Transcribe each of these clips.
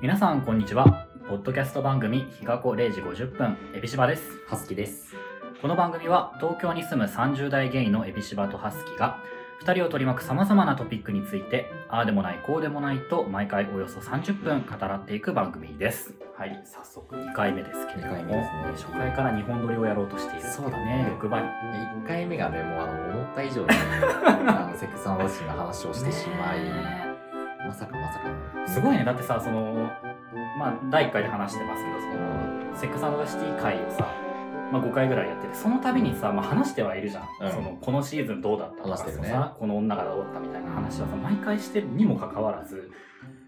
皆さんこんにちはポッドキャスト番組日がこ0時50分エビシバですはすきです。この番組は東京に住む30代ゲイのエビシバとハスキが2人を取り巻くさまざまなトピックについてああでもないこうでもないと毎回およそ30分語らっていく番組ですはい早速2回目ですけれども、二回目です初ね回から2本撮りをやろうとしているそうだね欲張り1回目がね、もうあの思った 以上にあのセックスアンドロシーの話をしてしまい、ねまさかまさか。すごいねだってさそのまあ第1回で話してますけどそのセックスアンドザシティ会をさ、まあ、5回ぐらいやっててその度にさ、まあ、話してはいるじゃん、うんそのこのシーズンどうだったとか話してるねさこの女がどうだったみたいな話はさ毎回してるにもかかわらず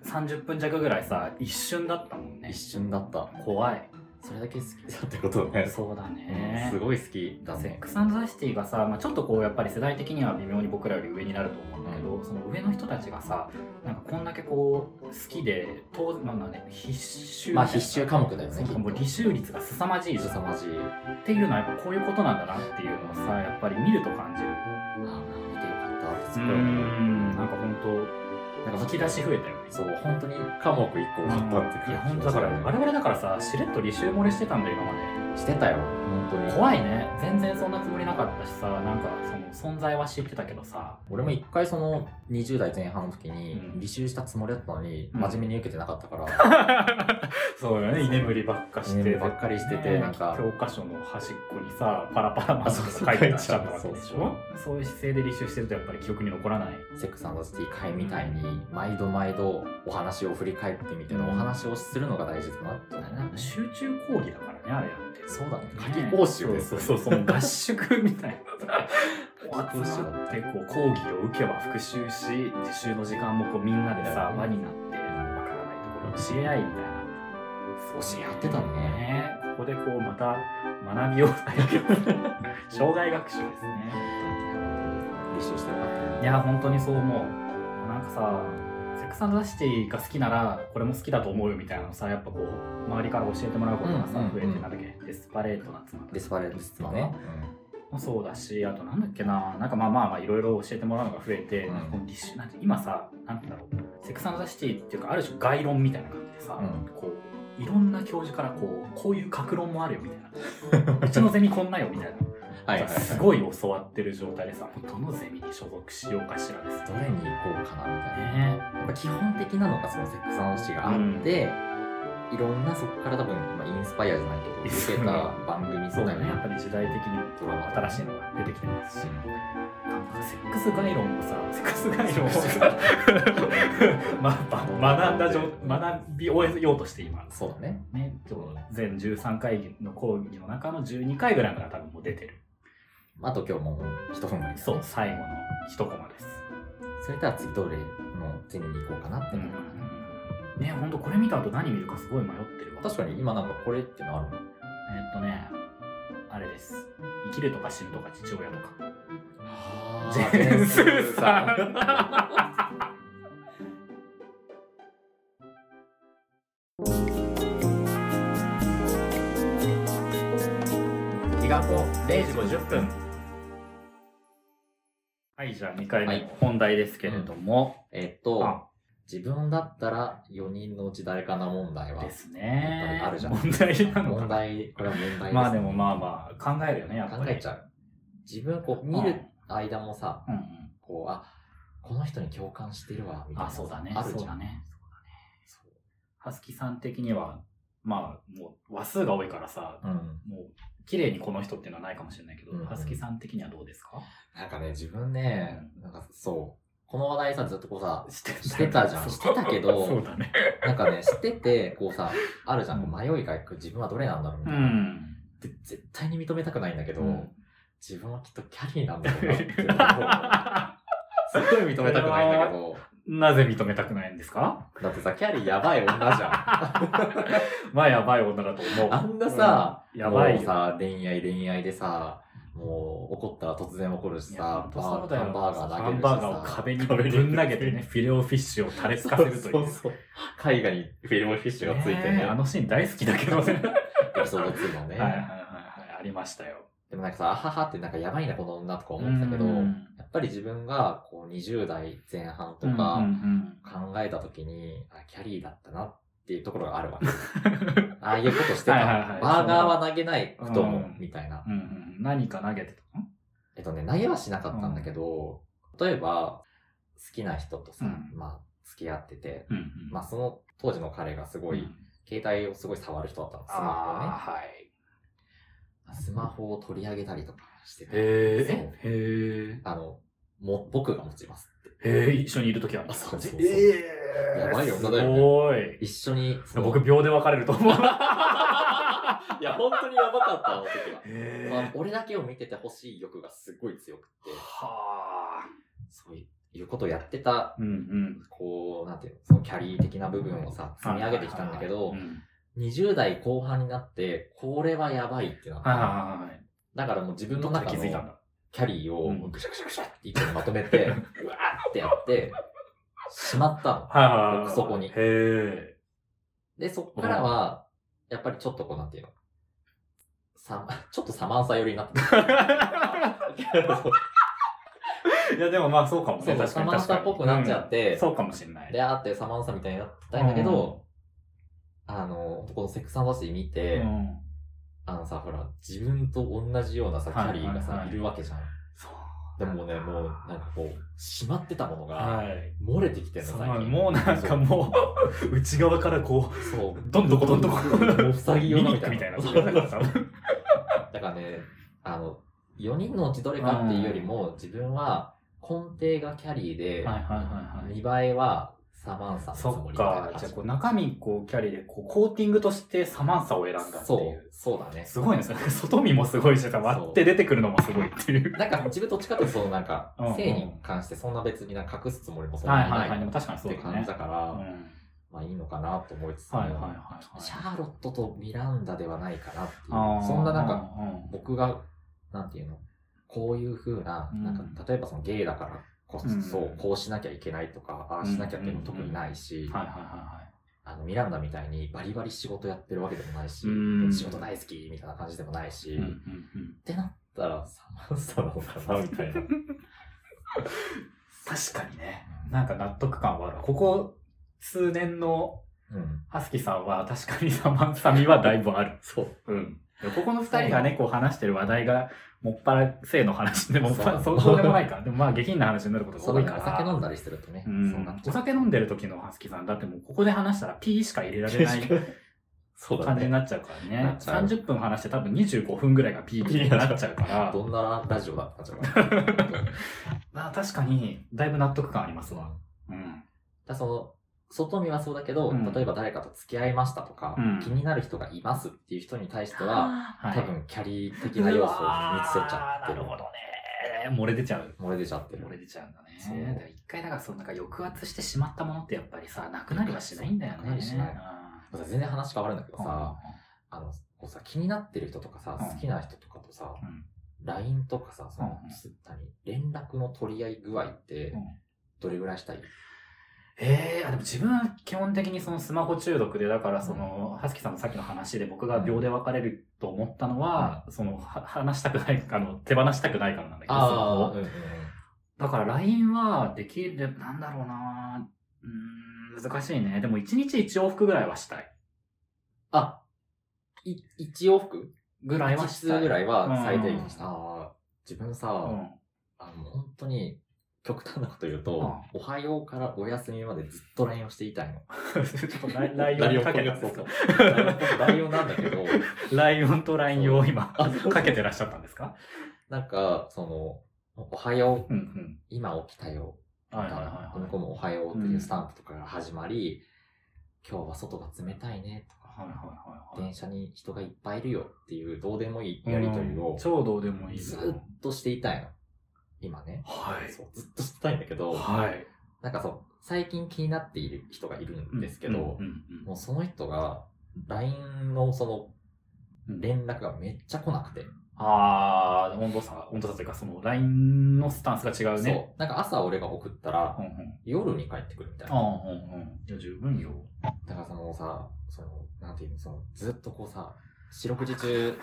30分弱ぐらいさ一瞬だったもんね一瞬だった。怖いそれだけ好きだってことね。そうだ うねんすごい好きだセッねク。スザシティがさ、まあ、ちょっとこうやっぱり世代的には微妙に僕らより上になると思うんだけど、その上の人たちがさなんかこんだけこう好きで当然なんだね必修まあ必修科目だよそね、うきそうっと。もう履修率が凄まじいし凄まじい。っていうのはやっぱこういうことなんだなっていうのをさやっぱり見ると感じるあー見てよかったってすうごい思う。んなんか本当なんか引き出し増えたよねそう、本当に科目1個買ったっていいうや感本当じだから我々だからさしれっと履修漏れしてたんだよ今までしてたよ、本当に。怖いね全然そんなつもりなかったしさなんかその存在は知ってたけどさ俺も一回その20代前半の時にうん履修したつもりだったのに、うん真面目に受けてなかったから、そうよね居眠りばっかして居眠りばっかりしててねなんか教科書の端っこにさパラパラ漫そうそう画書いてらっしゃったわけでしそうそうょそういう姿勢で履修してるとやっぱり記憶に残らないセックスシティ会みたいに毎度毎度お話を振り返ってみてのお話をするのが大事だなって思うね集中講義だからねあれやってそうだねね夏季講習ですそうそうよそうそう合宿みたいな夏季講習だってこう講義を受けば復習し実習の時間もこうみんなでさ輪になってわからないところを教え合いみたいな教え合ってたねねここでこうまた学びを体 験障害学習ですね履修してよかったねいや本当にそう思うなんかさセクサンドザシティが好きならこれも好きだと思うよみたいなのさやっぱこう周りから教えてもらうことがさ、うんうんうん増えてなんだっけデスパレートなつまデスパレードスツマね、もそうだしあとなんだっけななんかまあまあまあいろいろ教えてもらうのが増えて、うんなんかこの履修なんて今さなんて言うんだろうセクサンドザシティっていうかある種概論みたいな感じでさ、うんこういろんな教授からこうこういう格論もあるよみたいな うちのゼミこんなよみたいなはいはいはいすごい教わってる状態でさどのゼミに所属しようかしらですどれに行こうかなみたいなねやっぱ基本的なのがそのセックスの話があって、いろんなそこから多分、まあ、インスパイアじゃないけど受けた番組そうとかだねやねっぱり時代的にドラマ新しいのが出てきてますしなんかセックス概論をさセックス概論をさ、 まま、学んだじょ学び終えようとして今 そうだねね今日全13回の講義の中の12回ぐらいから多分もう出てるあと今日ももう一分ぐらいだねそう最後の一コマですそれでは次どれのゼミに行こうかなって、うんね本当これ見た後何見るかすごい迷ってるわ確かに今なんかこれってのあるえっとね、あれです。生きるとか死ぬとか父親とか。のジェンスーさジェンスーさん。 ん気がこう0時50分。はい、じゃあ2回目はのい本題ですけれども。えっと自分だったら4人のうち誰かな問題あはですね。あるじゃん問題なのか問題これは問題です、まあでもまあまあ、考えるよね、やっぱ考り。えちゃう自分こう見る間もさ、うんうん。こうあこの人に共感してるわみたいあ、なそうだね。あるそじうゃだんね。そうはすきさん的には、まあ、もう話数が多いからさ、うん、もう、綺麗にこの人っていうのはないかもしれないけどうんう、んはすきさん的にはどうですかなんかね自分ねなんかそうこの話題さずっとこうさしてしてたじゃんしてたけどそうだね。なんかね、知ってて、こう さ、あるじゃん、こう迷いがこう自分はどれなんだろうみうたいな。ん。で絶対に認めたくないんだけど、うん自分はきっとキャリーなんだろうなっていうのをすごい認めたくないんだけど、なぜ認めたくないんですかだってさ、キャリーやばい女じゃまあやばい女だと思う。あんなさ、うん ん。やばいもうよ。さ、恋愛恋愛でさ、もう怒ったら突然怒るしいやさ、本当そうだよハンバーガー投ハげンるしさ。バーガーを壁にぶん投げてね、フィレオフィッシュを垂れつかせるという。そうそうそう。絵画にフィルムフィッシュがついてねねえ、あのシーン大好きだけどね。エピソード2のはね。いはいはいはい、ありましたよ。でもなんかさ、あははってなんかやばいな、この女とか思ってたけど、うんやっぱり自分がこう20代前半とうんうんうかん考えた時に、あ、キャリーだったなっっていうところがある わけ。ああいうことしてた。はいはいはいバーガーは投げないと思うんう、みたいな。うんうん、何か投げてたのえっとね、投げはしなかったんだけど、例えば、好きな人とさ、うんまあ、付き合ってて、うんうんまあ、その当時の彼がすごい、携帯をすごい触る人だったの、スマあーはい。ホをね。スマホを取り上げたりとかしてて、へえ。へえ。あの、も、僕が持ちますって。へえ、一緒にいるときあるんだあそうそうそうええ。やばい女すだよねごい。一緒に、その僕、秒で別れると 思う。 いや、本当にやばかった、あの時は。へまあ、俺だけを見ててほしい欲がすごい強くって、はあ。そういうことをやってた、うんうん。こう、なんていうの、そのキャリー的な部分をさ、積み上げてきたんだけどう、ん20代後半になって、これはやばいってなっはいはいた。はいはい。だからもう自分どのっか中で気のづいたんキだ。ャリーをうんぐしゃぐしゃぐしゃって一気にまとめ て、うわーってやって、しまったの。はいはいはい。奥底にへえ。 で、そっからは、やっぱりちょっとこうなんていうの、さちょっとサマンサ寄りになった。 いや、でもまあそうかもそね。う確かサに。マンサっぽくなっちゃっうてん、そうかもしれない。で、あってサマンサみたいになったんだけど、あの、このセックスアンドシー見て、うんあのさ、ほら、自分と同じようなさ、キはいャリーがさ、はいいはいるわけじゃん。そう。でもね、もう、なんかこう、しまってたものが、はい。漏れてきてるの、そう最近。もうなんかも う、内側からこう、そう。う、どんどこどんどこ、もう 塞ぎようミなニックみたいな。そうそうそううだからね、あの、4人のうちどれかっていうよりも、自分は、根底がキャリーで、はいはいはいはい見栄えはサマンサのつそもっりみたいなか感。じゃあこう中身こうキャリーでこうコーティングとしてサマンサを選んだっていう。そう、そうだね。すごいね。それ外見もすごいしさ、割って出てくるのもすごいっていう。なんか自分どっちかというとそのなんかうんうん性に関してそんな別になんか隠すつもりもそんなはにいはいは。なでいいっも確かにそうてだ感ねじ。だかうんら、まあいいのかなと思いつつもはいはいはいはい。シャーロットとミランダではないかなっていあーう、そんななんか、うう僕が、なんていうの、こういう風な、うんなんか例えばそのゲイだからこうんそ、こうしなきゃいけないとか、ああしなきゃっていうのも特にないし、はいはいはいはい。あのミランダみたいにバリバリ仕事やってるわけでもないしうん、仕事大好きみたいな感じでもないし、うんうんうっんてなったらサマンサなのかなみたい な。確かにね。なんか納得感はある。ここ数年のうん。ハスキさんは確かにサマンサミはだいぶある。そう。うん。ここの二人がね、こう話してる話題が、もっぱら性の話でも、そうまあそうそうでもないから。でもまあ下品な話になることがそう多だいねかおら。酒飲んだりしてるとね、うそうなっんちゃお酒飲んでる時のハスキさんだってもうここで話したらピーしか入れられないそうだ感じにね。なっちゃうからね。なっちゃう30分話して多分25分ぐらいがピーになっちゃうから、どんなラジオだったんじゃな いかなまあ確かにだいぶ納得感ありますそうだわ。うん。だその、外見はそうだけど、うん例えば誰かと付き合いましたとか、うん気になる人がいますっていう人に対しては、は多分キャリー的な要素を見つけちゃっうわーなるてる。ほどね。漏れ出ちゃう。漏れ出ちゃってる漏。れ出ちゃうんだね。そうだから一回だからそのなんか抑圧してしまったものってやっぱりさ、なくなりはしないんだよね。なくなりしないうん全然話変わるんだけどさ、うあの、こうさ、気になってる人とかさ、うん好きな人とかとさ、うん LINE とかさ、そのう、んす何連絡の取り合い具合ってうん、どれぐらいしたいええあでも自分は基本的にそのスマホ中毒で、だからその、はすきさんのさっきの話で僕が秒で別れると思ったのは、その、は話したくない、 あの、手放したくないからなんだけど、スマホうをんうんうん。だから LINE はできる、なんだろうなうーん、難しいね。でも1日1往復ぐらいはしたい。あ、い、一往復ぐらいはし一たい。通ぐらいは最低うん限した。あー自分さ、うん。 あの、本当に、極端なこと言うと、おはようからお休みまでずっと LINE をしていたいの。ちょっとライライオンかけたん ですかライオンなんだけど、 ライオンとラインを今、あそうかけてらっしゃったんですかなんか、その、おはよう、うんうん。今起きたよ、はいはいはい向はい。こうもおはようっていうスタンプとかが始まり、今日は外が冷たいねとか、はいはいはいはい電車に人がいっぱいいるよっていう、どうでもいいやりとりうんを、ちょうどでもいいなずっとしていたいの。今ね。はい。そうずっとしてたいんだけど、はい。なんかそう、最近気になっている人がいるんですけうど、んうんうんもうその人が、LINE のそうんの連絡がめっちゃ来なくて。ああ、温度差、温度差というか、その、ラインのスタンスが違うね。そう。なんか朝俺が送ったらう、んうん。夜に帰ってくるみたいあな。あ、うんうん。いや、十分よ。だからそのさ、その、なんていうの、その、ずっとこうさ、四六時中、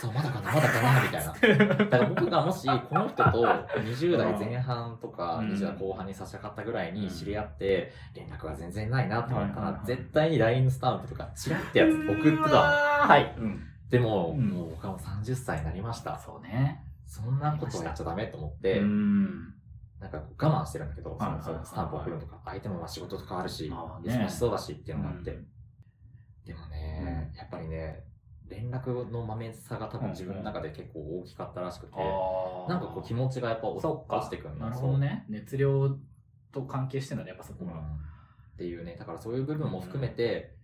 そう、まだかな、まだかな、みたいな。だから僕がもし、この人と20代前半とかうん20代後半に差し掛かったぐらいにうん知り合って、連絡が全然ないなって思っはいたはいらは、い絶対に LINE スタンプとか、チラってやつ送ってたわ。ははいい。うん。でも、うんもう僕はもう30歳になりました。そうね。そんなことをやっちゃダメと思ってう、ん。なんか我慢してるんだけど、そはいはのいそのスタンプ送るのとか、相手もまあ仕事とかあるし、まあね忙しそうだしっていうのがあってうん。でもね、やっぱりね、連絡のまめさが多分自分の中で結構大きかったらしくて、あなんかこう気持ちがやっぱ落そっか落ちてくるんだなるほどね。熱量と関係してんだね、やっぱそこそううんが。っていうね、だからそういう部分も含めて、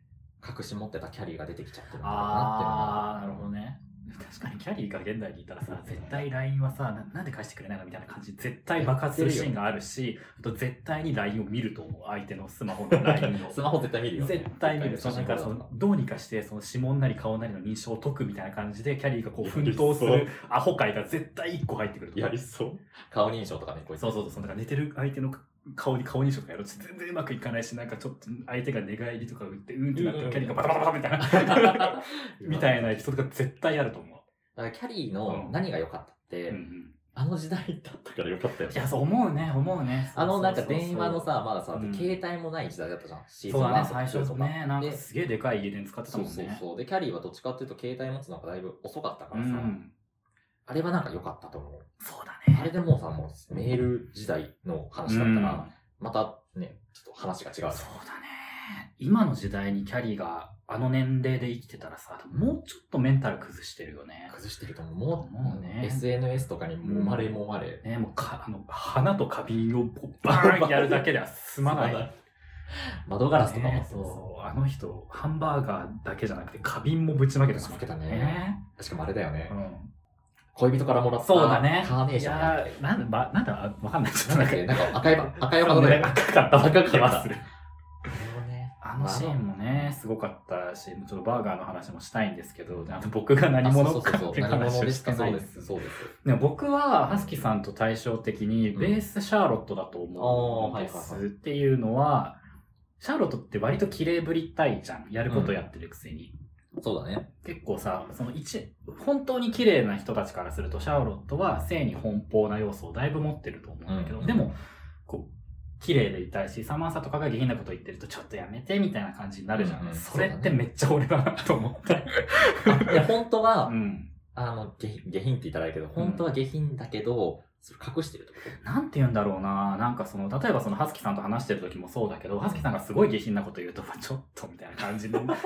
隠し持ってたキャリーが出てきちゃってるんだろうああ、なってないうるのほがどね。確かにキャリーが現代にいたらさ、絶対 LINE はさ、ななんで返してくれないのみたいな感じで絶対爆発するシーンがあるし、あと絶対に LINE を見ると思う。相手のスマホの LINE を。スマホ絶対見るよ、ね。絶対見る。そのなんかそそうのどうにかしてその指紋なり顔なりの認証を解くみたいな感じでキャリーがこう奮闘すやりるアホ会が絶対1個入ってくると思う やりそう。顔認証とかね、こいつ。そうそうそうそう、なんか寝てる相手の顔に顔認証とかやろうと全然うまくいかないし、なんかちょっと相手が寝返りとか打って、うんってなって、キャリーがバタバタバタみたいな、 みたいなエピソードが絶対あると思う。だからキャリーうのん何が良かったって、うんうんあの時代だったから良かったよいや、そう思うね、思うね。あのなんかそうそうそう電話の、さ、まださ、うん携帯もない時代だったじゃん。シーそズうンだね、1最とか2初とか。ね、なんかですげえでかい家電使ってたそもんうね。そうそう。で、キャリーはどっちかっていうと携帯持つのがだいぶ遅かったかうらさ、ん。あれはなんか良かったと思う。そうだあね。れでもうさ、もうメール時代の話だったら、またね、ちょっと話が違うじゃうんんそうだね。今の時代にキャリーがあの年齢で生きてたらさ、もうちょっとメンタル崩してるよね。崩してると思う。もう、もうね SNS とかにもまれもまれ。ね、もうかあの花と花瓶をこうバーンやるだけでは済まない。ね、。窓ガラスとかもそうあの人、ハンバーガーだけじゃなくて花瓶もぶちまけてますぶちまけたねねしかもあれだよねう。恋人からもらっん、たそうだね。カーネーションだいっやーなんだ、なんだ、わかんない。ちけ。なんだっけ、なんか赤いば、赤いバ赤だよね。赤かったわ赤かった気はする。ああのシーンもね、すごかったし、ちょっとバーガーの話もしたいんですけど、あと僕が何者かそうそうっていそうう何話者をでしすてかなそいうで。ですすそうですでも僕は、ハスキさんと対照的に、ベースシャーロットだと思うんですあーはいはいはっていうのは、シャーロットって割と綺麗ぶりたいじゃん。やることやってるくせに。そうだね結構さ、その一、本当に綺麗な人たちからすると、シャーロットは性に奔放な要素をだいぶ持ってると思うんだけど、うんでも、こう、綺麗でいたいし、サマーサとかが下品なこと言ってると、ちょっとやめてみたいな感じになるじゃん。うんうんそれってめっちゃ俺だなと思った。いや本当は、うん。あの下品下品って言ったらあれだけど本当は下品だけど、それ隠してるってこなんて言うんだろうななんかその、例えばその、はすきさんと話してる時もそうだけど、はすきさんがすごい下品なこと言うと、まあちょっとみたいな感じに なとる。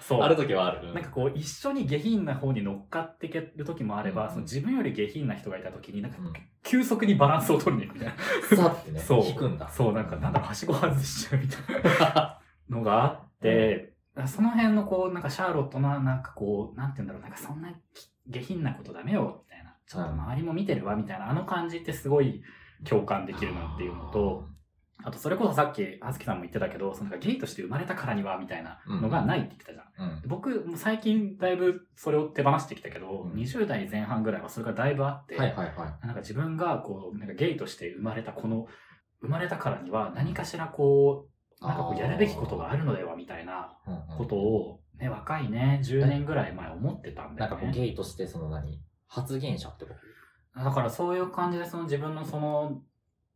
そう。ある時はあるなんかこう、一緒に下品な方に乗っかっていける時もあれば、うんその自分より下品な人がいた時に、なんかうん急速にバランスを取りに行くみたいな。さってねそう引くんだそう、なんか、なんだろう、はしご外しちゃうみたいなのがあって、その辺のこう、なんかシャーロットの、なんかこう、なんて言うんだろう、なんかそんなき下品なことダメよ、みたいな。ちょっと周りも見てるわ、みたいな。あの感じってすごい共感できるなっていうのと、あと、それこそさっき、あずきさんも言ってたけど、そのなんかゲイとして生まれたからには、みたいなのがないって言ってたじゃん。うん僕、もう最近だいぶそれを手放してきたけど、うん20代前半ぐらいはそれがだいぶあって、はいはいはなんか自分がこう、なんかゲイとして生まれたこの、生まれたからには何かしらこう、なんかこあうー、やるべきことがあるのではみたいないうんうんことを、ね、若いね、10年ぐらい前思ってたんだなんかよこうね。ゲイとしてその何発言者ってことだからそういう感じでその自分のその、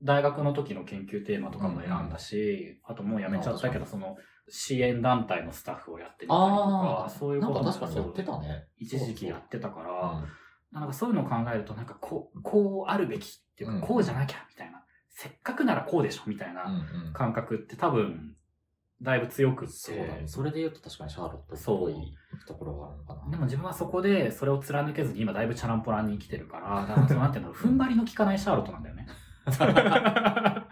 大学の時の研究テーマとかも選んだし、あともうやめちゃったけど、その、支援団体のスタッフをやってみたりとか、そういうなこんともか確かにやってたね一時期やってたから、うんなんかそういうのを考えると、なんかこう、こうあるべきっていううか、んこうじゃなきゃ、みたいな、せっかくならこうでしょ、みたいうんなうん感覚って多分、だいぶ強くって。そうだねそれで言うと確かにシャーロットっぽいところがあるのかなでも自分はそこで、それを貫けずに今だいぶチャランポランに生きてるから、だからそのなんていうんだろう、踏ん張りの効かないシャーロットなんだよね。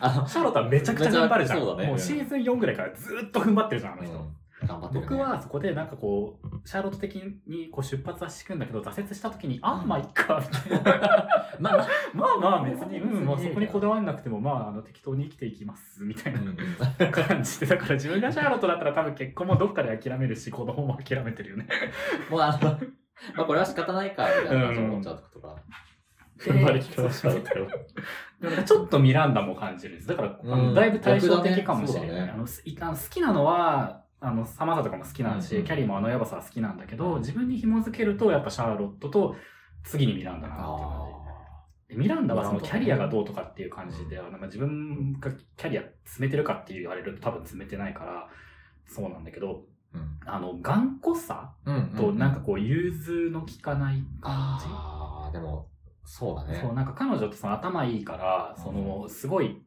あのシャーロットはめちゃくちゃ頑張るじゃん。そうだねもうシーズン4ぐらいからずーっと踏ん張ってるじゃん、あの人。うん頑張ってるね僕はそこでなんかこう、シャーロット的にこう出発はしてくんだけど、挫折した時に、あ、まあいっか、みたいな。まあまあまあまあ別に、うん、まあ、別そにこにこだわんなくても、まあ、あの、適当に生きていきます、みたいなうん 感じで、だから自分がシャーロットだったら多分結婚もどっかで諦めるし、子供も諦めてる よね。もうあの、まあこれは仕方ないか、みたいな感じで思っちゃうことか。踏ん張り効かなシャーロッだからちょっとミランダも感じるんです。だから、あのうんだいぶ対照的かもしれない。そうだねあの、す一旦好きなのは、あの寒さとかも好きなんだし、うんキャリーもあのやばさは好きなんだけど、うん自分に紐づけるとやっぱシャーロットと次にミランダだなって感じ。でミランダはそのキャリアがどうとかっていう感じで、あのまあ自分がキャリア詰めてるかって言われると多分詰めてないから、そうなんだけど、うんあの、頑固さうんとなんかこう融通の効かない感じ。ああ、でも、そうだね。そう、なんか彼女ってその頭いいから、うんその、すごい、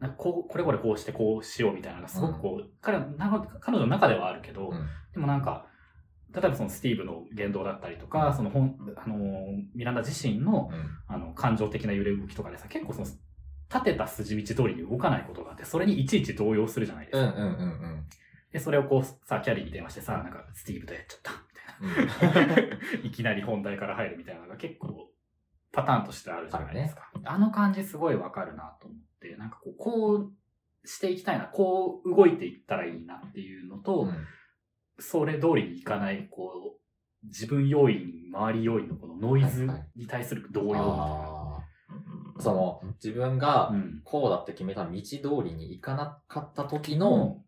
なんかこう、これこれこうしてこうしようみたいなのがすごくこう、彼なんか彼女の中ではあるけど、うんでもなんか、例えばそのスティーブの言動だったりとか、その本、あのー、ミランダ自身の、うんあの、感情的な揺れ動きとかでさ、結構その、立てた筋道通りに動かないことがあって、それにいちいち動揺するじゃないですうか。んうんうんで、それをこう、さ、キャリーに電話してさ、なんか、スティーブとやっちゃった、み たいな。うん。いきなり本題から入るみたいなのが結構パターンとしてあるじゃないですか。あ,、の感じすごいわかるなと思って、なんかこう、こうしていきたいな、こう動いていったらいいなっていうのと、うんそれ通りにいかない、こう、自分要因、周り要因のこのノイズに対する動揺みたいな。あーその、自分がうんこうだって決めた道通りに行かなかった時の、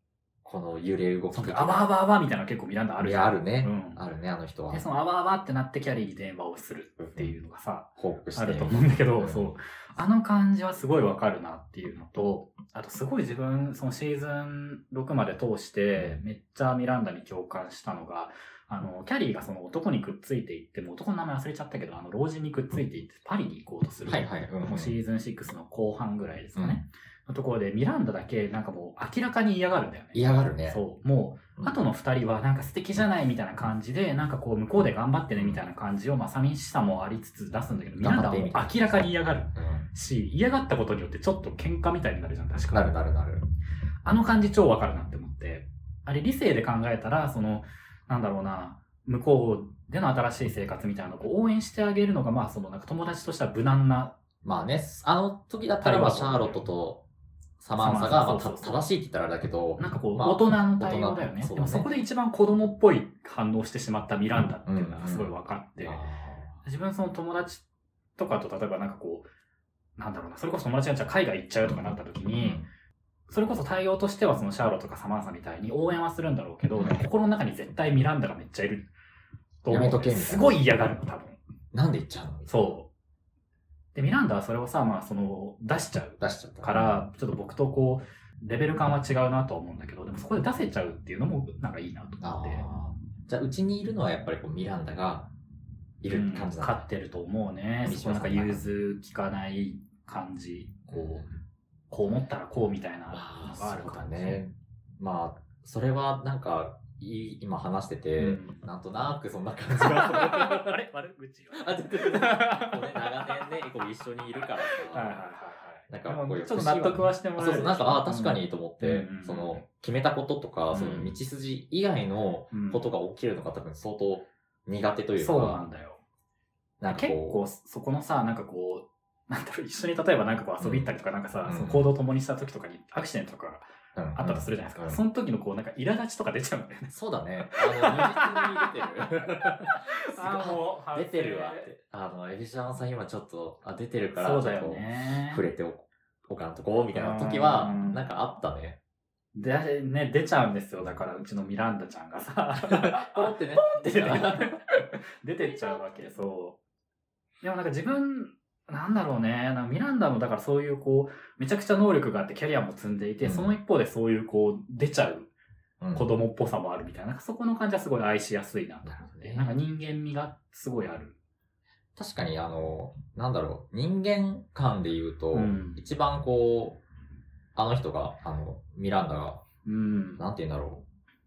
この揺れ動きそとうか。あわあわあわみたいなの結構ミランダあるいじゃんやあるねう。あるね、あの人ん。はで、。そのあわあわってなってキャリーに電話をするっていうのがさ、報復して。あると思うんだけうど、んそう。あの感じはすごいわかるなっていうのと、あとすごい自分、そのシーズン6まで通して、めっちゃミランダに共感したのが、あの、キャリーがその男にくっついていって、もう男の名前忘れちゃったけど、あの、老人にくっついていって、パリに行こうとする。はいはい。うんもうシーズン6の後半ぐらいですかね。のところで、ミランダだけ、なんかもう明らかに嫌がるんだよね。嫌がるね。そう。もう、後の二人はなんか素敵じゃないみたいな感じで、なんかこう向こうで頑張ってねみたいな感じを、まあ寂しさもありつつ出すんだけど、ミランダはもう明らかに嫌がるうん。し、嫌がったことによってちょっと喧嘩みたいになるじゃん、確かなるなるなる。あの感じ超わかるなって思って。あれ理性で考えたら、その、なんだろうな、向こうでの新しい生活みたいなのをこう応援してあげるのが、まあそのなんか友達としては無難な、まあね、あの時だったら、まあ、シ対応ャーロットとサマンサが、まあ、そうそたうそう正しいって言ったらあれだけど、なんかこう、まあ大人の対応だよ大人ねそうだねでもそこで一番子供っぽい反応してしまったミランダっていうのがすごいわかって。あ自分その友達とかと例えばなんかこうなんだろうなそれこそ友達がじゃあ海外行っちゃうとかなった時ーに、それこそ対応としてはそのシャーロとかサマンサみたいに応援はするんだろうけど、うん心の中に絶対ミランダがめっちゃいると思うやめとけみたいなすごい嫌がるの多分なんで行っちゃうのそうでミランダはそれをさまあその出しちゃう出しちゃった。からちょっと僕とこうレベル感は違うなとは思うんだけどでもそこで出せちゃうっていうのもなんかいいなと思あってーじゃあ、うちにいるのはやっぱりこうミランダがいる感うんじなん勝だ。ってると思うね。道そこなんか端だ融通聞かない感じ。こう、こう思ったらこうみたいなのああ、があるそうだ感じ。ね。まあ、それはなんか、いい今話してうて、ん。なんとなくそんな感じがする。 あれ悪口は。あ、ちょっと、こうね、長年ね、こう一緒にいるからさ。はいはいはいなんかはい。こうでいうもちょっと納得はしてもらえそうる。そう、なんか、ああ、確かにと思って、うんその、決めたこととか、うんその道筋以外のうん、ことが起きるのが多分相当苦手というか、そうなんだよ。なんか結こ構そこのさ、なんかこう、なんだろう、一緒に例えばなんかこう遊び行ったりとか、なんかさう、んその行動を共にした時とかにアクシデントとかう、うんあったとするじゃないですうか。んその時のこう、なんか苛立ちとか出ちゃうんだよね。そうだね。あの、如 実に出てる。すごいも出てるわって。あの、エビシャンさん今ちょっと、あ、出てるから、そうだよちょっとね。触れておおかんとこうみたいな時はう、んなんかあったね。で、ね、出ちゃうんですよ。だから、うちのミランダちゃんがさ、ポンってね。 出て 出てっちゃうわけ、そう。でもなんか自分、なんだろうね、なんかミランダもだからそういうこう、めちゃくちゃ能力があってキャリアも積んでいて、うんその一方でそういうこう、出ちゃううん子供っぽさもあるみたいな、なんかそこの感じはすごい愛しやすいなと思って、なるほどねなんか人間味がすごいある。確かに、あの、なんだろう、人間間で言うと、うん一番こう、あの人が、あの、ミランダが、うん。なんて言うんだろ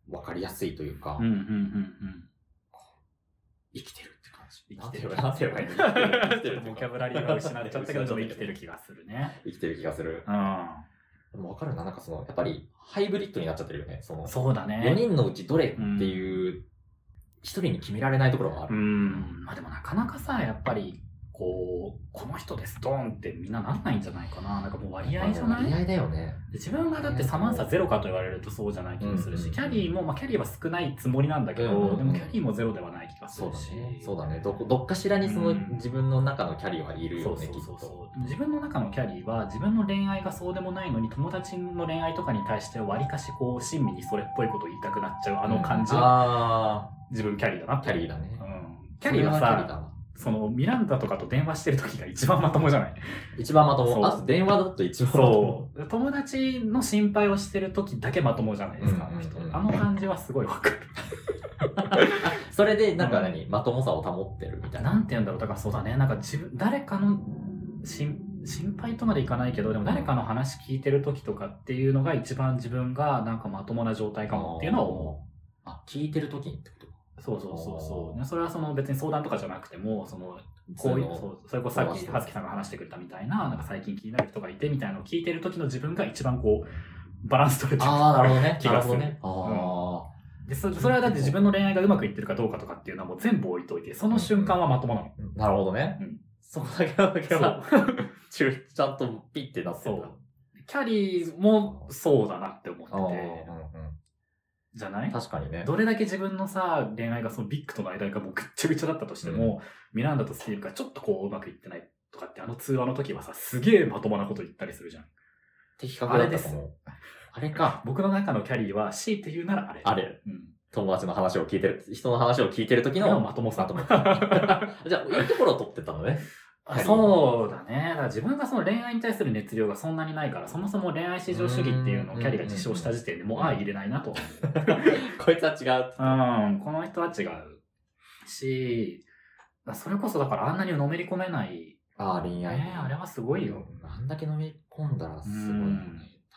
う、わかりやすいというか、うん、うん、うん、うん。生きてるって感じ。生きてるなんて言えばいいの生き てちょるっとボキャブラリーが失っちゃったけど、ちょっと生きてる気気がするね。生きてる気がする。うでもわかるな、なんかその、やっぱり、ハイブリッドになっちゃってるよね。そのん。、そうだね。 4人のうちどれっていう、一人に決められないところがあうる。ん、まあでもなかなかさ、やっぱり、こう、この人です、ドンってみんななんないんじゃないかな。なんかもう割合じゃな割い合だよね。自分がだってサマンサゼロかと言われるとそうじゃない気もするし、うんキャリーも、まあキャリーは少ないつもりなんだけど、うんでもキャリーもゼロではない気がすそうるだし。ね。そうだね。どこ、どっかしらにそのうん自分の中のキャリアはいるそようそね、うきっそうと。そう自分の中のキャリーは自分の恋愛がそうでもないのに友達の恋愛とかに対してわりかしこう親身にそれっぽいこと言いたくなっちゃうあの感じはあ自分キャリーだなあ、ってキャリーだね。うんキャリーはそれキャリさーだわそのミランダとかと電話してる時が一番まとも じゃない一番まとそうも。あと電話だと一番まとも。そう友達の心配をしてる時だけまともじゃないですか、うんうんうんあの人あの感じはすごいわかるそれで、なんか何まともさを保ってるみたいな。なんて言うんだろうだからそうだねなんか自分誰かの心心配とまでいかないけどでも誰かの話聞いてる時とかっていうのが一番自分がなんかまともな状態かもっていうのは思うあーあ、聞いてる時にってことそうそうそうそうねそれはその別に相談とかじゃなくてもそのこそうういいううのそうそれこそさっき葉月さんが話してくれたみたいななんか最近気になる人がいてみたいなのを聞いてる時の自分が一番こうバランス取れてるああ、なるほどね。気がするなるほどね。あでそそれはだって自分の恋愛がうまくいってるかどうかとかっていうのはもう全部置いといてその瞬間はまともなの。あ、なるほどねうん。そこだけだけは、ちゅちゃんとピッてなってそるんうだ。キャリーもそうだなって思あーうっんててうじゃなんい確かにね。どれだけ自分のさ恋愛がそのビッグとの間がもうぐっちゃぐちゃだったとしても、ミランダとスティーブがちょっとこううまくいってないとかってあの通話の時はさすげえまともなこと言ったりするじゃん。的確だったと思う。あれか。僕の中のキャリーは C って言うならあれ。あれ。うん友達の話を聞いてる、人の話を聞いてる時のまともさまとも じゃあ、いいところを取ってたのね。あそうだね。だから自分がその恋愛に対する熱量がそんなにないから、そもそも恋愛至上主義っていうのをうんキャリーが実証した時点でもう、ああ、入れないなと。こいつは違う。うん、この人は違うし、だからそれこそだからあんなにのめり込めない。ああ、恋愛。ね、あれはすごいよ。あんだけ飲み込んだらすごいよね。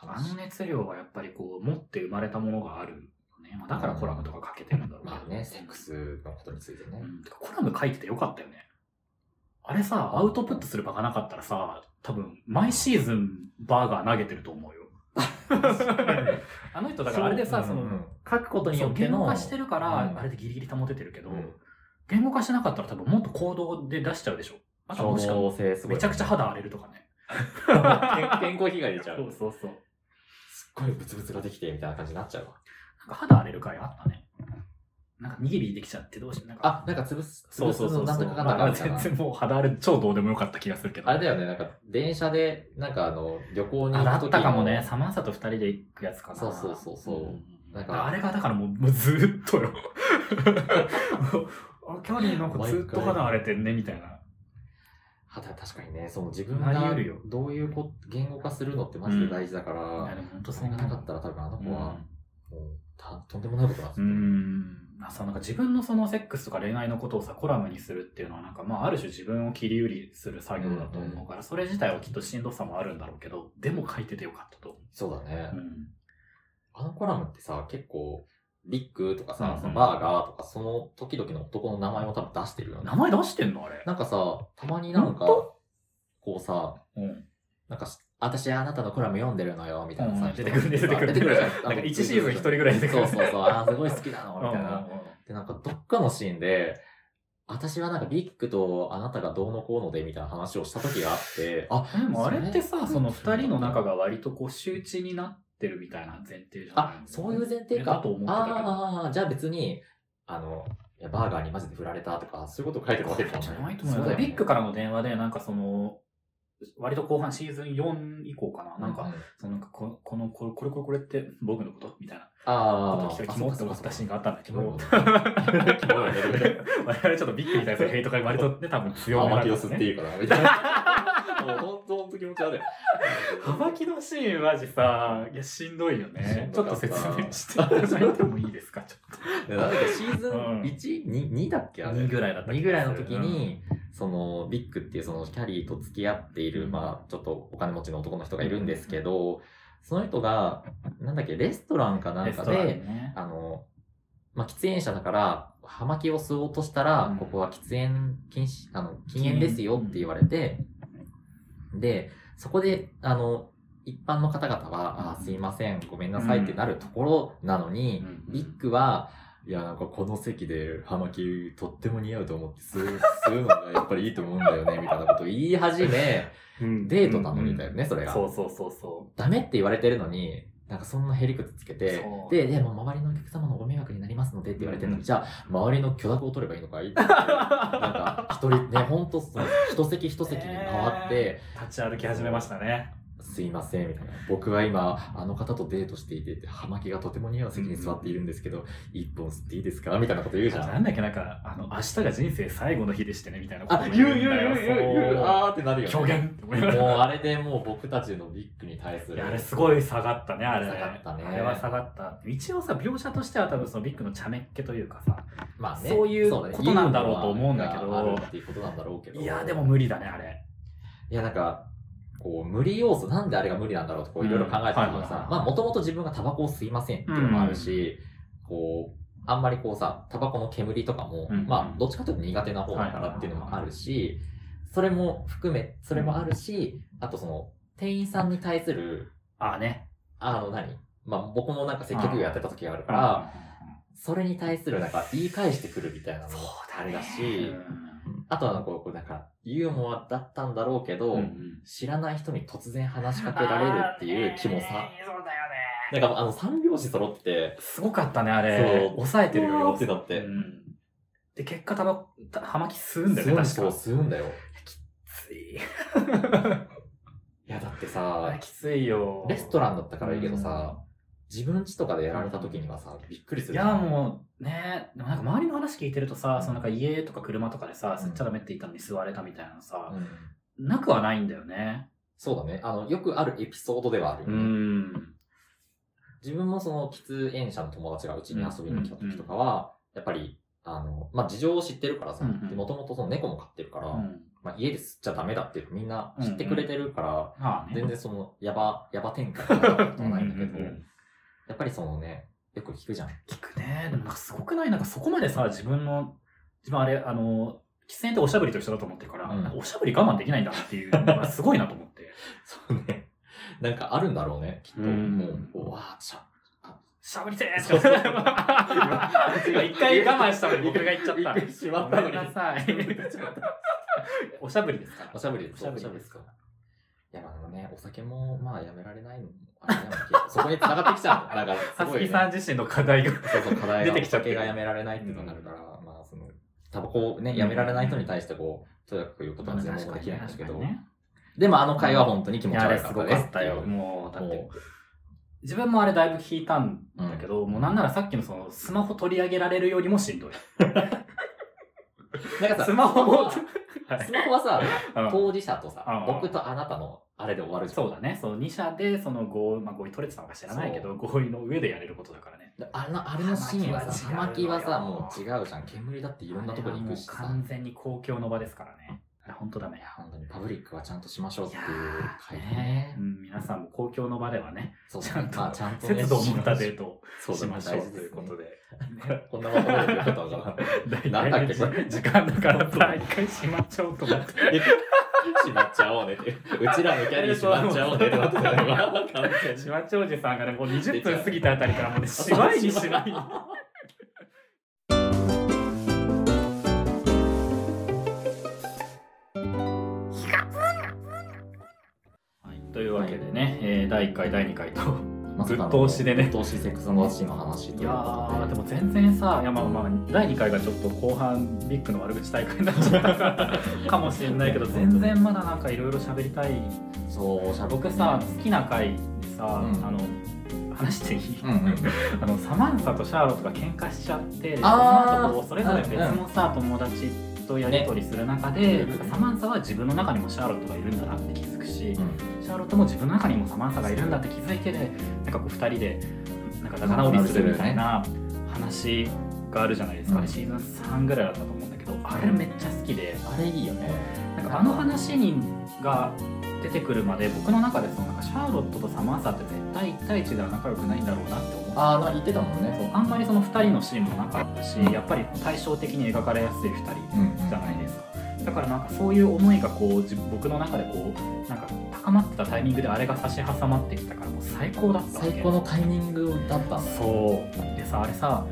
あ楽しいの熱量はやっぱりこう、持って生まれたものがあるよね。まあ、だからコラムとか書けてるんだろうけどまあね、セック。スのことについてうね。ん、てかコラム書いててよかったよね。あれさ、アウトプットする場がなかったらさ、多分、毎シーズンバーガー投げてると 思うよ。あの人だからあれでさ、その、書くことにそようって言語の。化してるから、うんあれでギリギリ保ててるけど、うん言語化してなかったら多分もっと行動で出しちゃうでしょ。あとはもしか衝動性すごい。めちゃくちゃ肌荒れるとかね。健健康被害出ちゃう。そうそう。すっごいブツブツができてみたいな感じになっちゃうわ。なんか肌荒れる回あったね。なんかニキビできちゃってどうしよう。なんかあ、なんか潰す、潰すのなんとかかんまだあかまあみたい全な。然もう肌荒れ超どうでもよかった気がするけど。あれだよね、なんか電車で、なんかあの、旅行にあ行だくっ時たかものね。サマンサと二人で行くやつかな。そうそうそうそうんなんかだからあれがだからもうもうずーっと よ。あキャリーなんかずっと肌荒れてんねみたいな。はた確かにね、その自分なりが得るよどういうこ言語化するのってマジで大事だから、いやでも本当そそうれ思がうなかったら多分あのう子はんもうたとんでもないことだ。うーんあそうなんか自分のそのセックスとか恋愛のことをさコラムにするっていうのはなんか、まあ、ある種自分を切り売りする作業だと思うから、それ自体はきっとしんどさもあるんだろうけどでも書いててよかったと思そうだね、う、うんあのコラムってさ、結構、ビッグとかうんさ、うんそのバーガーとか、その時々の男の名前を多分出してるよね名。前出してんのあれ、なんかさ、たまになんか、本こうさ、うん、なんかし、私あなたのコラム読んでるのよ、みたいなうさん。出てくる出てくる出てくるじゃん。なんか一シーズン一人ぐらい出てくるそうそうそう、あーすごい好きなの、みたいな。うで、なんかどっかのシーンで、私はなんかビッグとあなたがどうのこうのでみたいな話をした時があって、あ、んでもあれってさそれその2人の仲が割とこう周知になってるみたいな前提じゃないあ、そういう前提えか。だと思ってたけどああ、じゃあ別に、あの、いやバーガーにマジで振られたとか、そういうこと書いてるわけじゃじゃなないいと思うよそうだよねビッグからの電話で、なんかその、割と後半シーズン4以降かな。なんか、、そのなんかここの、これ、これ、これこれって僕のことみたいなことああ、聞かれてキモって思ったシーンがあったんだけキモいよどね。。キモいよねでもね。 我々ちょっとビッグに対するヘイトが割とね、多分強めアなマんキでオスすってね。いうから、みたいな。もう本当本当気持ち悪い。幅木のシーンマジさ、いや、しんどいよね。ちしょんっどとかった説明していた だいてもいいですか、ちょっでなんだっけシーズンうん 1?2、2, だっけと。あれ2ぐらいだった気がする2ぐらいの時に、そのビッグっていうそのキャリーと付き合っている、まあちょっとお金持ちの男の人がいるんですけど、その人が、なんだっけ、レストランかなんレスかトランで、ね。あの、まあ喫煙者だから、葉巻を吸おうとしたうらん、ここは喫煙禁止、あの、禁煙ですよって言われて、で、そこで、あの、一般の方々は、あーすいません、ごめんなさいってなるところなのに、うんビッグは、いや、なんかこの席で葉巻とっても似合うと思って吸う、 吸うのがやっぱりいいと思うんだよね、みたいなことを言い始め、うんデートなのみたいなね、それが。そうそうそうそダメって言われてるのに、なんかそんなへりくつつけてそ、うで、でもう周りのお客様のご迷惑になりますのでって言われてるのに、うんじゃあ周りの許諾を取ればいいの かいって言ってなんか一人、ね、ほんとその一席一席に回って、う立ち歩き始めましたねすいません、みたいな。僕は今、あの方とデートしていてって、葉巻がとても似合う席に座っているんですけど、一本吸っていいですかみたいなこと言うじゃん。なんだっけなんかあの明日が人生最後の日でしてねみたいなことあ、言う言う言う言う言う、ああーってなるよね。狂言って思いながら もうあれでもう僕たちのビッグに対すいる。やあれすごい下がったねあれ下がったねあれは下がった一応さ描写としては多分そのビッグの茶目っ気というかさまあね、そういうねことなんだろうと思うんだけどユーモアがあるっていうことなんだろうけど。いやでも無理だねあれいやなんか、こう無理要素、なんであれが無理なんだろうとこういろいろ考えてたけうんはどいはいはさい、まあもともと自分がタバコを吸いませんっていうのもあるし、こう、あんまりこうさ、タバコの煙とかも、うんまあどっちかというと苦手な方だからっていうのもあるし、それも含め、それもあるし、あとその、店員さんに対する、ああねあの何まあ僕もなんか接客業やってた時があるから、それに対するなんか言い返してくるみたいなのそもうあだれねだし、あとはなんかこう、なんか、ユーモアだったんだろうけど、うんうん知らない人に突然話しかけられるっていうキモあさ。ーねーそうだよねなんかあの三拍子揃ってて、すごかったねあれそう抑えてるよってなって。うんで結果タバコた葉巻吸うんだよね吸うん確そうか吸うんだよ。ついいや、だってあされ、きついよレストランだったからいいけどさ、自分家とかでやられた時にはさ、びっくりすいる。やもうねでもなんか周りの話聞いてるとさ、そのなんか家とか車とかでさうん吸っちゃダメって言ったのに吸われたみたいなのさ、うんなくはないんだよねそうだね。あの、よくあるエピソードではあるようね。ん自分もその喫煙者の友達がうちに遊びに来た時とかは、やっぱり、あの、まあ、事情を知ってるからさ、うんうんもともとその猫も飼ってるから、うんまあ、家で吸っちゃダメだっていうのみんな知ってくれてるから、まあね全然その、やば、やば展開になったことはないんだけど、うんうんうんやっぱりそのね、よく聞くじゃん。聞くねでもなんかすごくないなんかそこまでさ自分の自分あれあの喫煙っておしゃぶりと一緒だと思ってるから、うんなんかおしゃぶり我慢できないんだなっていうのがすごいなと思って。そうね。なんかあるんだろうね、きっと。うんもう、うわーちゃ。しゃぶりてーそうそうそう今一回我慢したのに僕が言っちゃった。一回しまったのごめんにな。さい。おしゃぶりですから。おしゃぶりです。おしゃぶりですか。いや、まあでもね、お酒も、まあ、やめられないのもあれな のけそこに繋がってきちゃうの。なんか、すさごすい、ね。きさん自身の課題が。そうそう、課題出が、てきちゃってお酒るがやめられないっていうのがあるから、まあ、その、タバコをね、やめられない人に対してこう、とやかく言うことは全然できないんですけど、でもあの会話は本当に気い持ちやあれ悪すかっごたでかすったよ。もう、だっもて、自分もあれだいぶ引いたんだけど、もうなんならさっきのその、スマホ取り上げられるよりもしんどい。う、なんかさ、スマホも、はい スマホはさ、うん当事者とさ、うん僕とあなたのあれで終わるじゃん。そうだね、その2社でその合意、まあ、合意取れてたのか知らないけど、合意の上でやれることだからね。であの、あれのシーンはさ、葉葉巻巻は違うよはさ、もう違うじゃん。煙だっていろんなとこに行くしあれはさもう。完全に公共の場ですからね。あれ本当ダメいや、本当にパブリックはちゃんとしましょうっていう会いやねー。うん、皆さんも公共の場ではね、そうちゃんとまあちゃんとね節度を持ったデートそをうだしねましょ大う事とでいうすことね で。こんなまとめるとよかったのか大な。なんだっけこれ体 時間だから大会しまっちゃおうと思って。しまっちゃおうねって。うちらのキャリーしまっちゃおうねってなってたよ今完全にしまっちゃおうじさんがね、もう20分過ぎたあたりからもうね、しまいにしまいに。はいというわけでね、えー第1回、第2回と。まさかのぶっ通しでねぶっ通しセックスのシーンの話いといやうことー、で。でも全然さ、いやまあまあ、第2回がちょっと後半、ビッグの悪口大会になっちゃったからかもしれ ないけど、全然まだなんかいろいろ喋りたいそう、しゃ僕さ好きな回でさ、うんあの話していい、うんうん。あのサマンサとシャーロットが喧嘩しちゃってそあーの後こうそれぞれ別のさ、友達とやり取りする中で、ねなんかサマンサは自分の中にもシャーロットがいるんだなって気づくし、シャーロットも自分の中にもサマンサがいるんだって気づいてでなんかこう2人でなんか仲直りするみたいな話があるじゃないですか、うんシーズン3ぐらいだったと思うんだけどあれめっちゃ好きで。あれいいよね。なんかあの話にが出てくるまで僕の中でそのなんかシャーロットとサマンサって絶対1対1では仲良くないんだろうなって思ってあー、なんか言ってたもんね。あんまりその2人のシーンもなかったしやっぱり対照的に描かれやすい2人うんうんじゃないですか。だからなんかそういう思いがこう自僕の中でこうなんか高まってたタイミングであれが差し挟まってきたからもう最高だったわけ最高のタイミングだったんだ。そうでさあれさ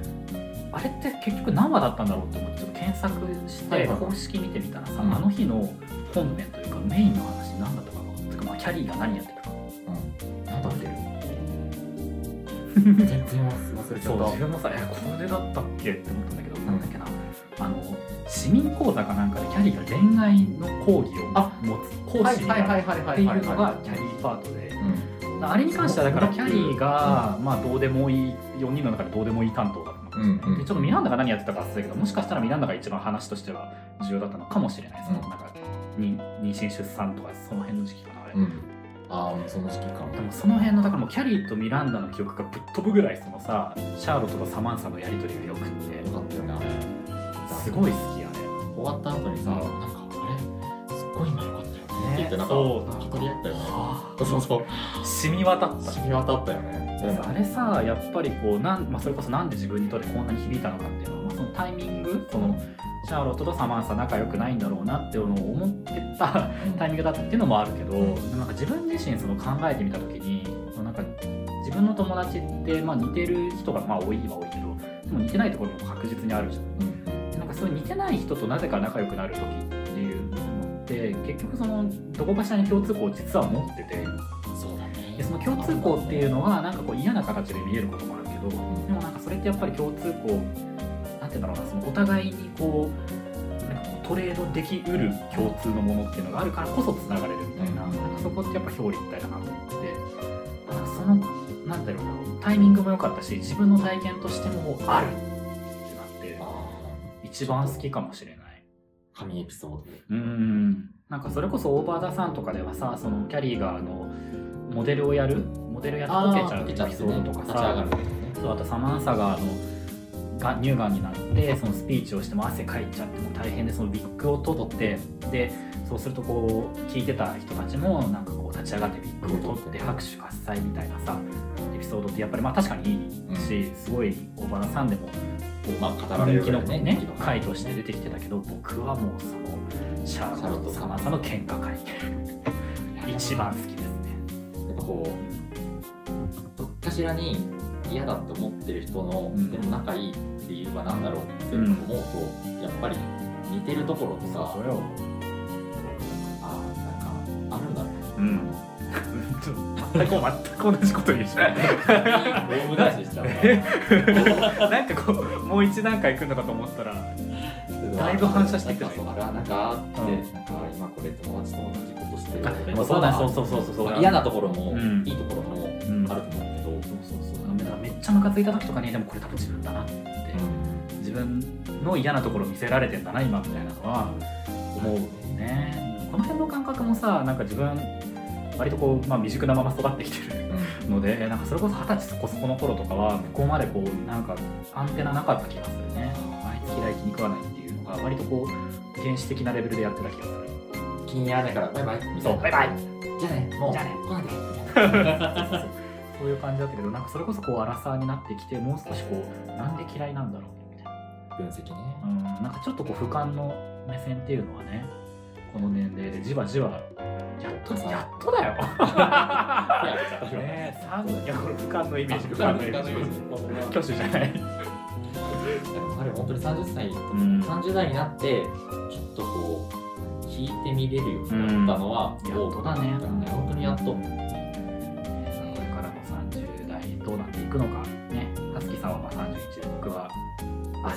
あれって結局何話だったんだろうと思ってちょっと検索しはいてはいはい公式見てみたらさ、うんあの日の本面というかメインの話何だったかなてかまあキャリーが何やってたかうん。なんだっけ全然全然忘れちそゃうった。自分もさえこれだったっけって思ったんだけど、なんだっけなあの市民講座かなんかでキャリーが恋愛の講義をあ持つ講師になるはいっていうのがキャリーパートでうん。あれに関してはだからキャリーが、うまあどうでもいい4人の中でどうでもいい担当だったのかもしれない、うんうんでちょっとミランダが何やってたか忘れたけどもしかしたらミランダが一番話としては重要だったのかもしれないです、うんなんかに妊娠出産とかその辺の時期かなあれ、うん。ああ、その時期かもでもその辺のだからもうキャリーとミランダの記憶がぶっ飛ぶぐらいそのさシャーロットとサマンサのやり取りがよくってよかったよな。すごい好きやね終わった後にさ、うんなんか、あれすっごい今良かったよね。って言って、なんか、そう聞き取り合ったよね。はそうそうそう。 あ染み渡った染み渡ったよね。うんあれさやっぱりこうなん、まあ、それこそなんで自分にとってこんなに響いたのかっていうのは、まあ、そのタイミングそのシャーロットとサマンサ仲良くないんだろうなっていうのを思ってた タイミングだったっていうのもあるけど、でもなんか自分自身その考えてみた時にそのなんか自分の友達って、まあ、似てる人がまあ多いは多いけどでも似てないところも確実にあるじゃん。うんなんかそういう似てない人となぜか仲良くなる時っていうのって結局そのどこかしらに共通項を実は持っててそうだねでその共通項っていうのはなんかこう嫌な形で見えることもあるけどでもなんかそれってやっぱり共通項なんて言うんだろうなそのお互いにこうなんかこうトレードできうる共通のものっていうのがあるからこそつながれるみたいな,、うんなんかそこってやっぱ表裏一体だなと思ってなんかそのなんて言うんだろうタイミングも良かったし自分の体験としてもあるってなってあ一番好きかもしれない。あ、神エピソードで。うんなんかそれこそオーバーザさんとかではさそのキャリーがあのモデルをやるモデルやってこけちゃうエピソードとか立ち上がさるそうあとサマンサがあのが乳がんになってそのスピーチをしても汗かいちゃってもう大変でそのビッグを取ってでそうするとこう聞いてた人たちもなんかこう立ち上がってビッグを取って拍手喝采みたいなさエピソードってやっぱりまあ確かにいいし、すごいオーバーザさんでもまあ、語られ人る気のぐらいねね。ね回として出てきてたけど僕はもうそのシャーロット様さんの喧嘩会一番好きですねやっぱこう、どっかしらに嫌だって思ってる人の、うんでも仲いい理由は何だろうっていうのを思うと、やっぱり似てるところとさ、れをああ、なんか、あるんだね。うんちょ全く全く同じこと言うしロームダッシュしちゃうなんかこうもう一段階来るのかと思ったらな だいぶ反射してきたなんかそうあらなんかあって、うんなんか今これ友達と同じことしてるあそうだそうそうそうそうまあ嫌なところも、うんいいところもうんあると思うけど、そうそうそうだからめっちゃムカついた時とかにでもこれ多分自分だなって自分の嫌なところ見せられてんだな今みたいなのは思うねこの辺の感覚もさなんか自分割とこう、まあ、未熟なまま育ってきてるのでなんかそれこそ二十歳そこそこの頃とかはここまでこうなんかアンテナなかった気がするねあいつ嫌い気に食わないっていうのが割とこう原始的なレベルでやってた気がする気に入らないからバイバイみそたいうなバイバイじゃあねもうじゃあね来ないでみたいなそういう感じだったけどなんかそれこそこうアラサーになってきてもう少しこうなんで嫌いなんだろうみたいな分析ね、うん、なんかちょっとこう俯瞰の目線っていうのはねこの年齢でじわじわやっとやっとだよ ねえ3いやこれ俯瞰のイメージ俯瞰のイメージ挙手じゃないあれ本当に30歳うん30代になってちょっとこう聞いてみれるようになったのは、やっとだね本当にやっと、これからの30代どうなっていくのかねはつきさんはまあ31で僕はああ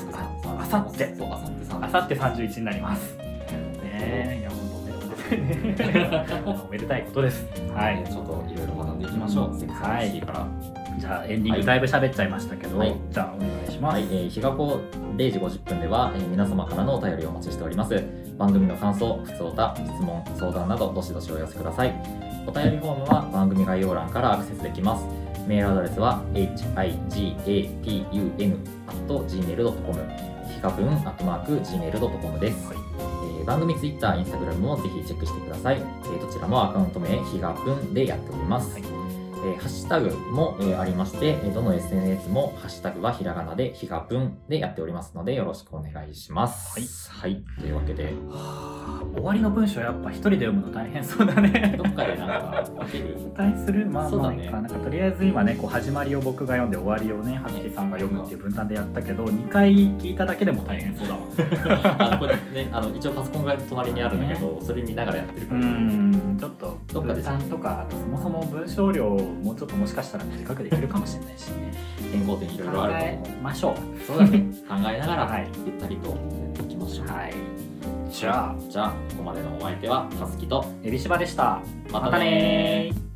あさってそうあさってあさっ30て31になりますねえいや本当おめでたいねおめでたいことですははいい、ちょっといろいろ学んでいきましょう。セクサーシーから。じゃあエンディングだいぶ喋っちゃいましたけど、はいじゃあお願いします、はい、えー、日がこ0時50分では、えー皆様からのお便りをお待ちしております。番組の感想、普通おた、質問、相談など、どしどしお寄せください。お便りフォームは番組概要欄からアクセスできます。メールアドレスは higatun.gmail.com ひがぷん .gmail.com です、はいえー番組 Twitter、Instagram もぜひチェックしてください、えーどちらもアカウント名ひがぷんでやっております、はいえーハッシュタグも、えーありまして、えーどの SNS もハッシュタグはひらがなで、ひがぶんでやっておりますので、よろしくお願いします。はい。というわけで、はあ終わりの文章やっぱ一人で読むの大変そうだねどっかでなんか分ける対するまあそうまあだねいいかなんかとりあえず今ねこう始まりを僕が読んで終わりをねはつきさんが読むっていう分担でやったけど2回聞いただけでも大変そうだわあのこれ ねあの一応パソコンが隣にあるんだけどそれ見ながらやってるうから、んちょっとどっかで分担とかあとそもそも文章量をもうちょっともしかしたら短くできるかもしれないしね変更点いろい考ろあるとえ思うましょそうだね考えながはらいゆったりとやっていきましょう、うはいじゃあじゃあここまでのお相手ははずきとエビシバでしたままたねー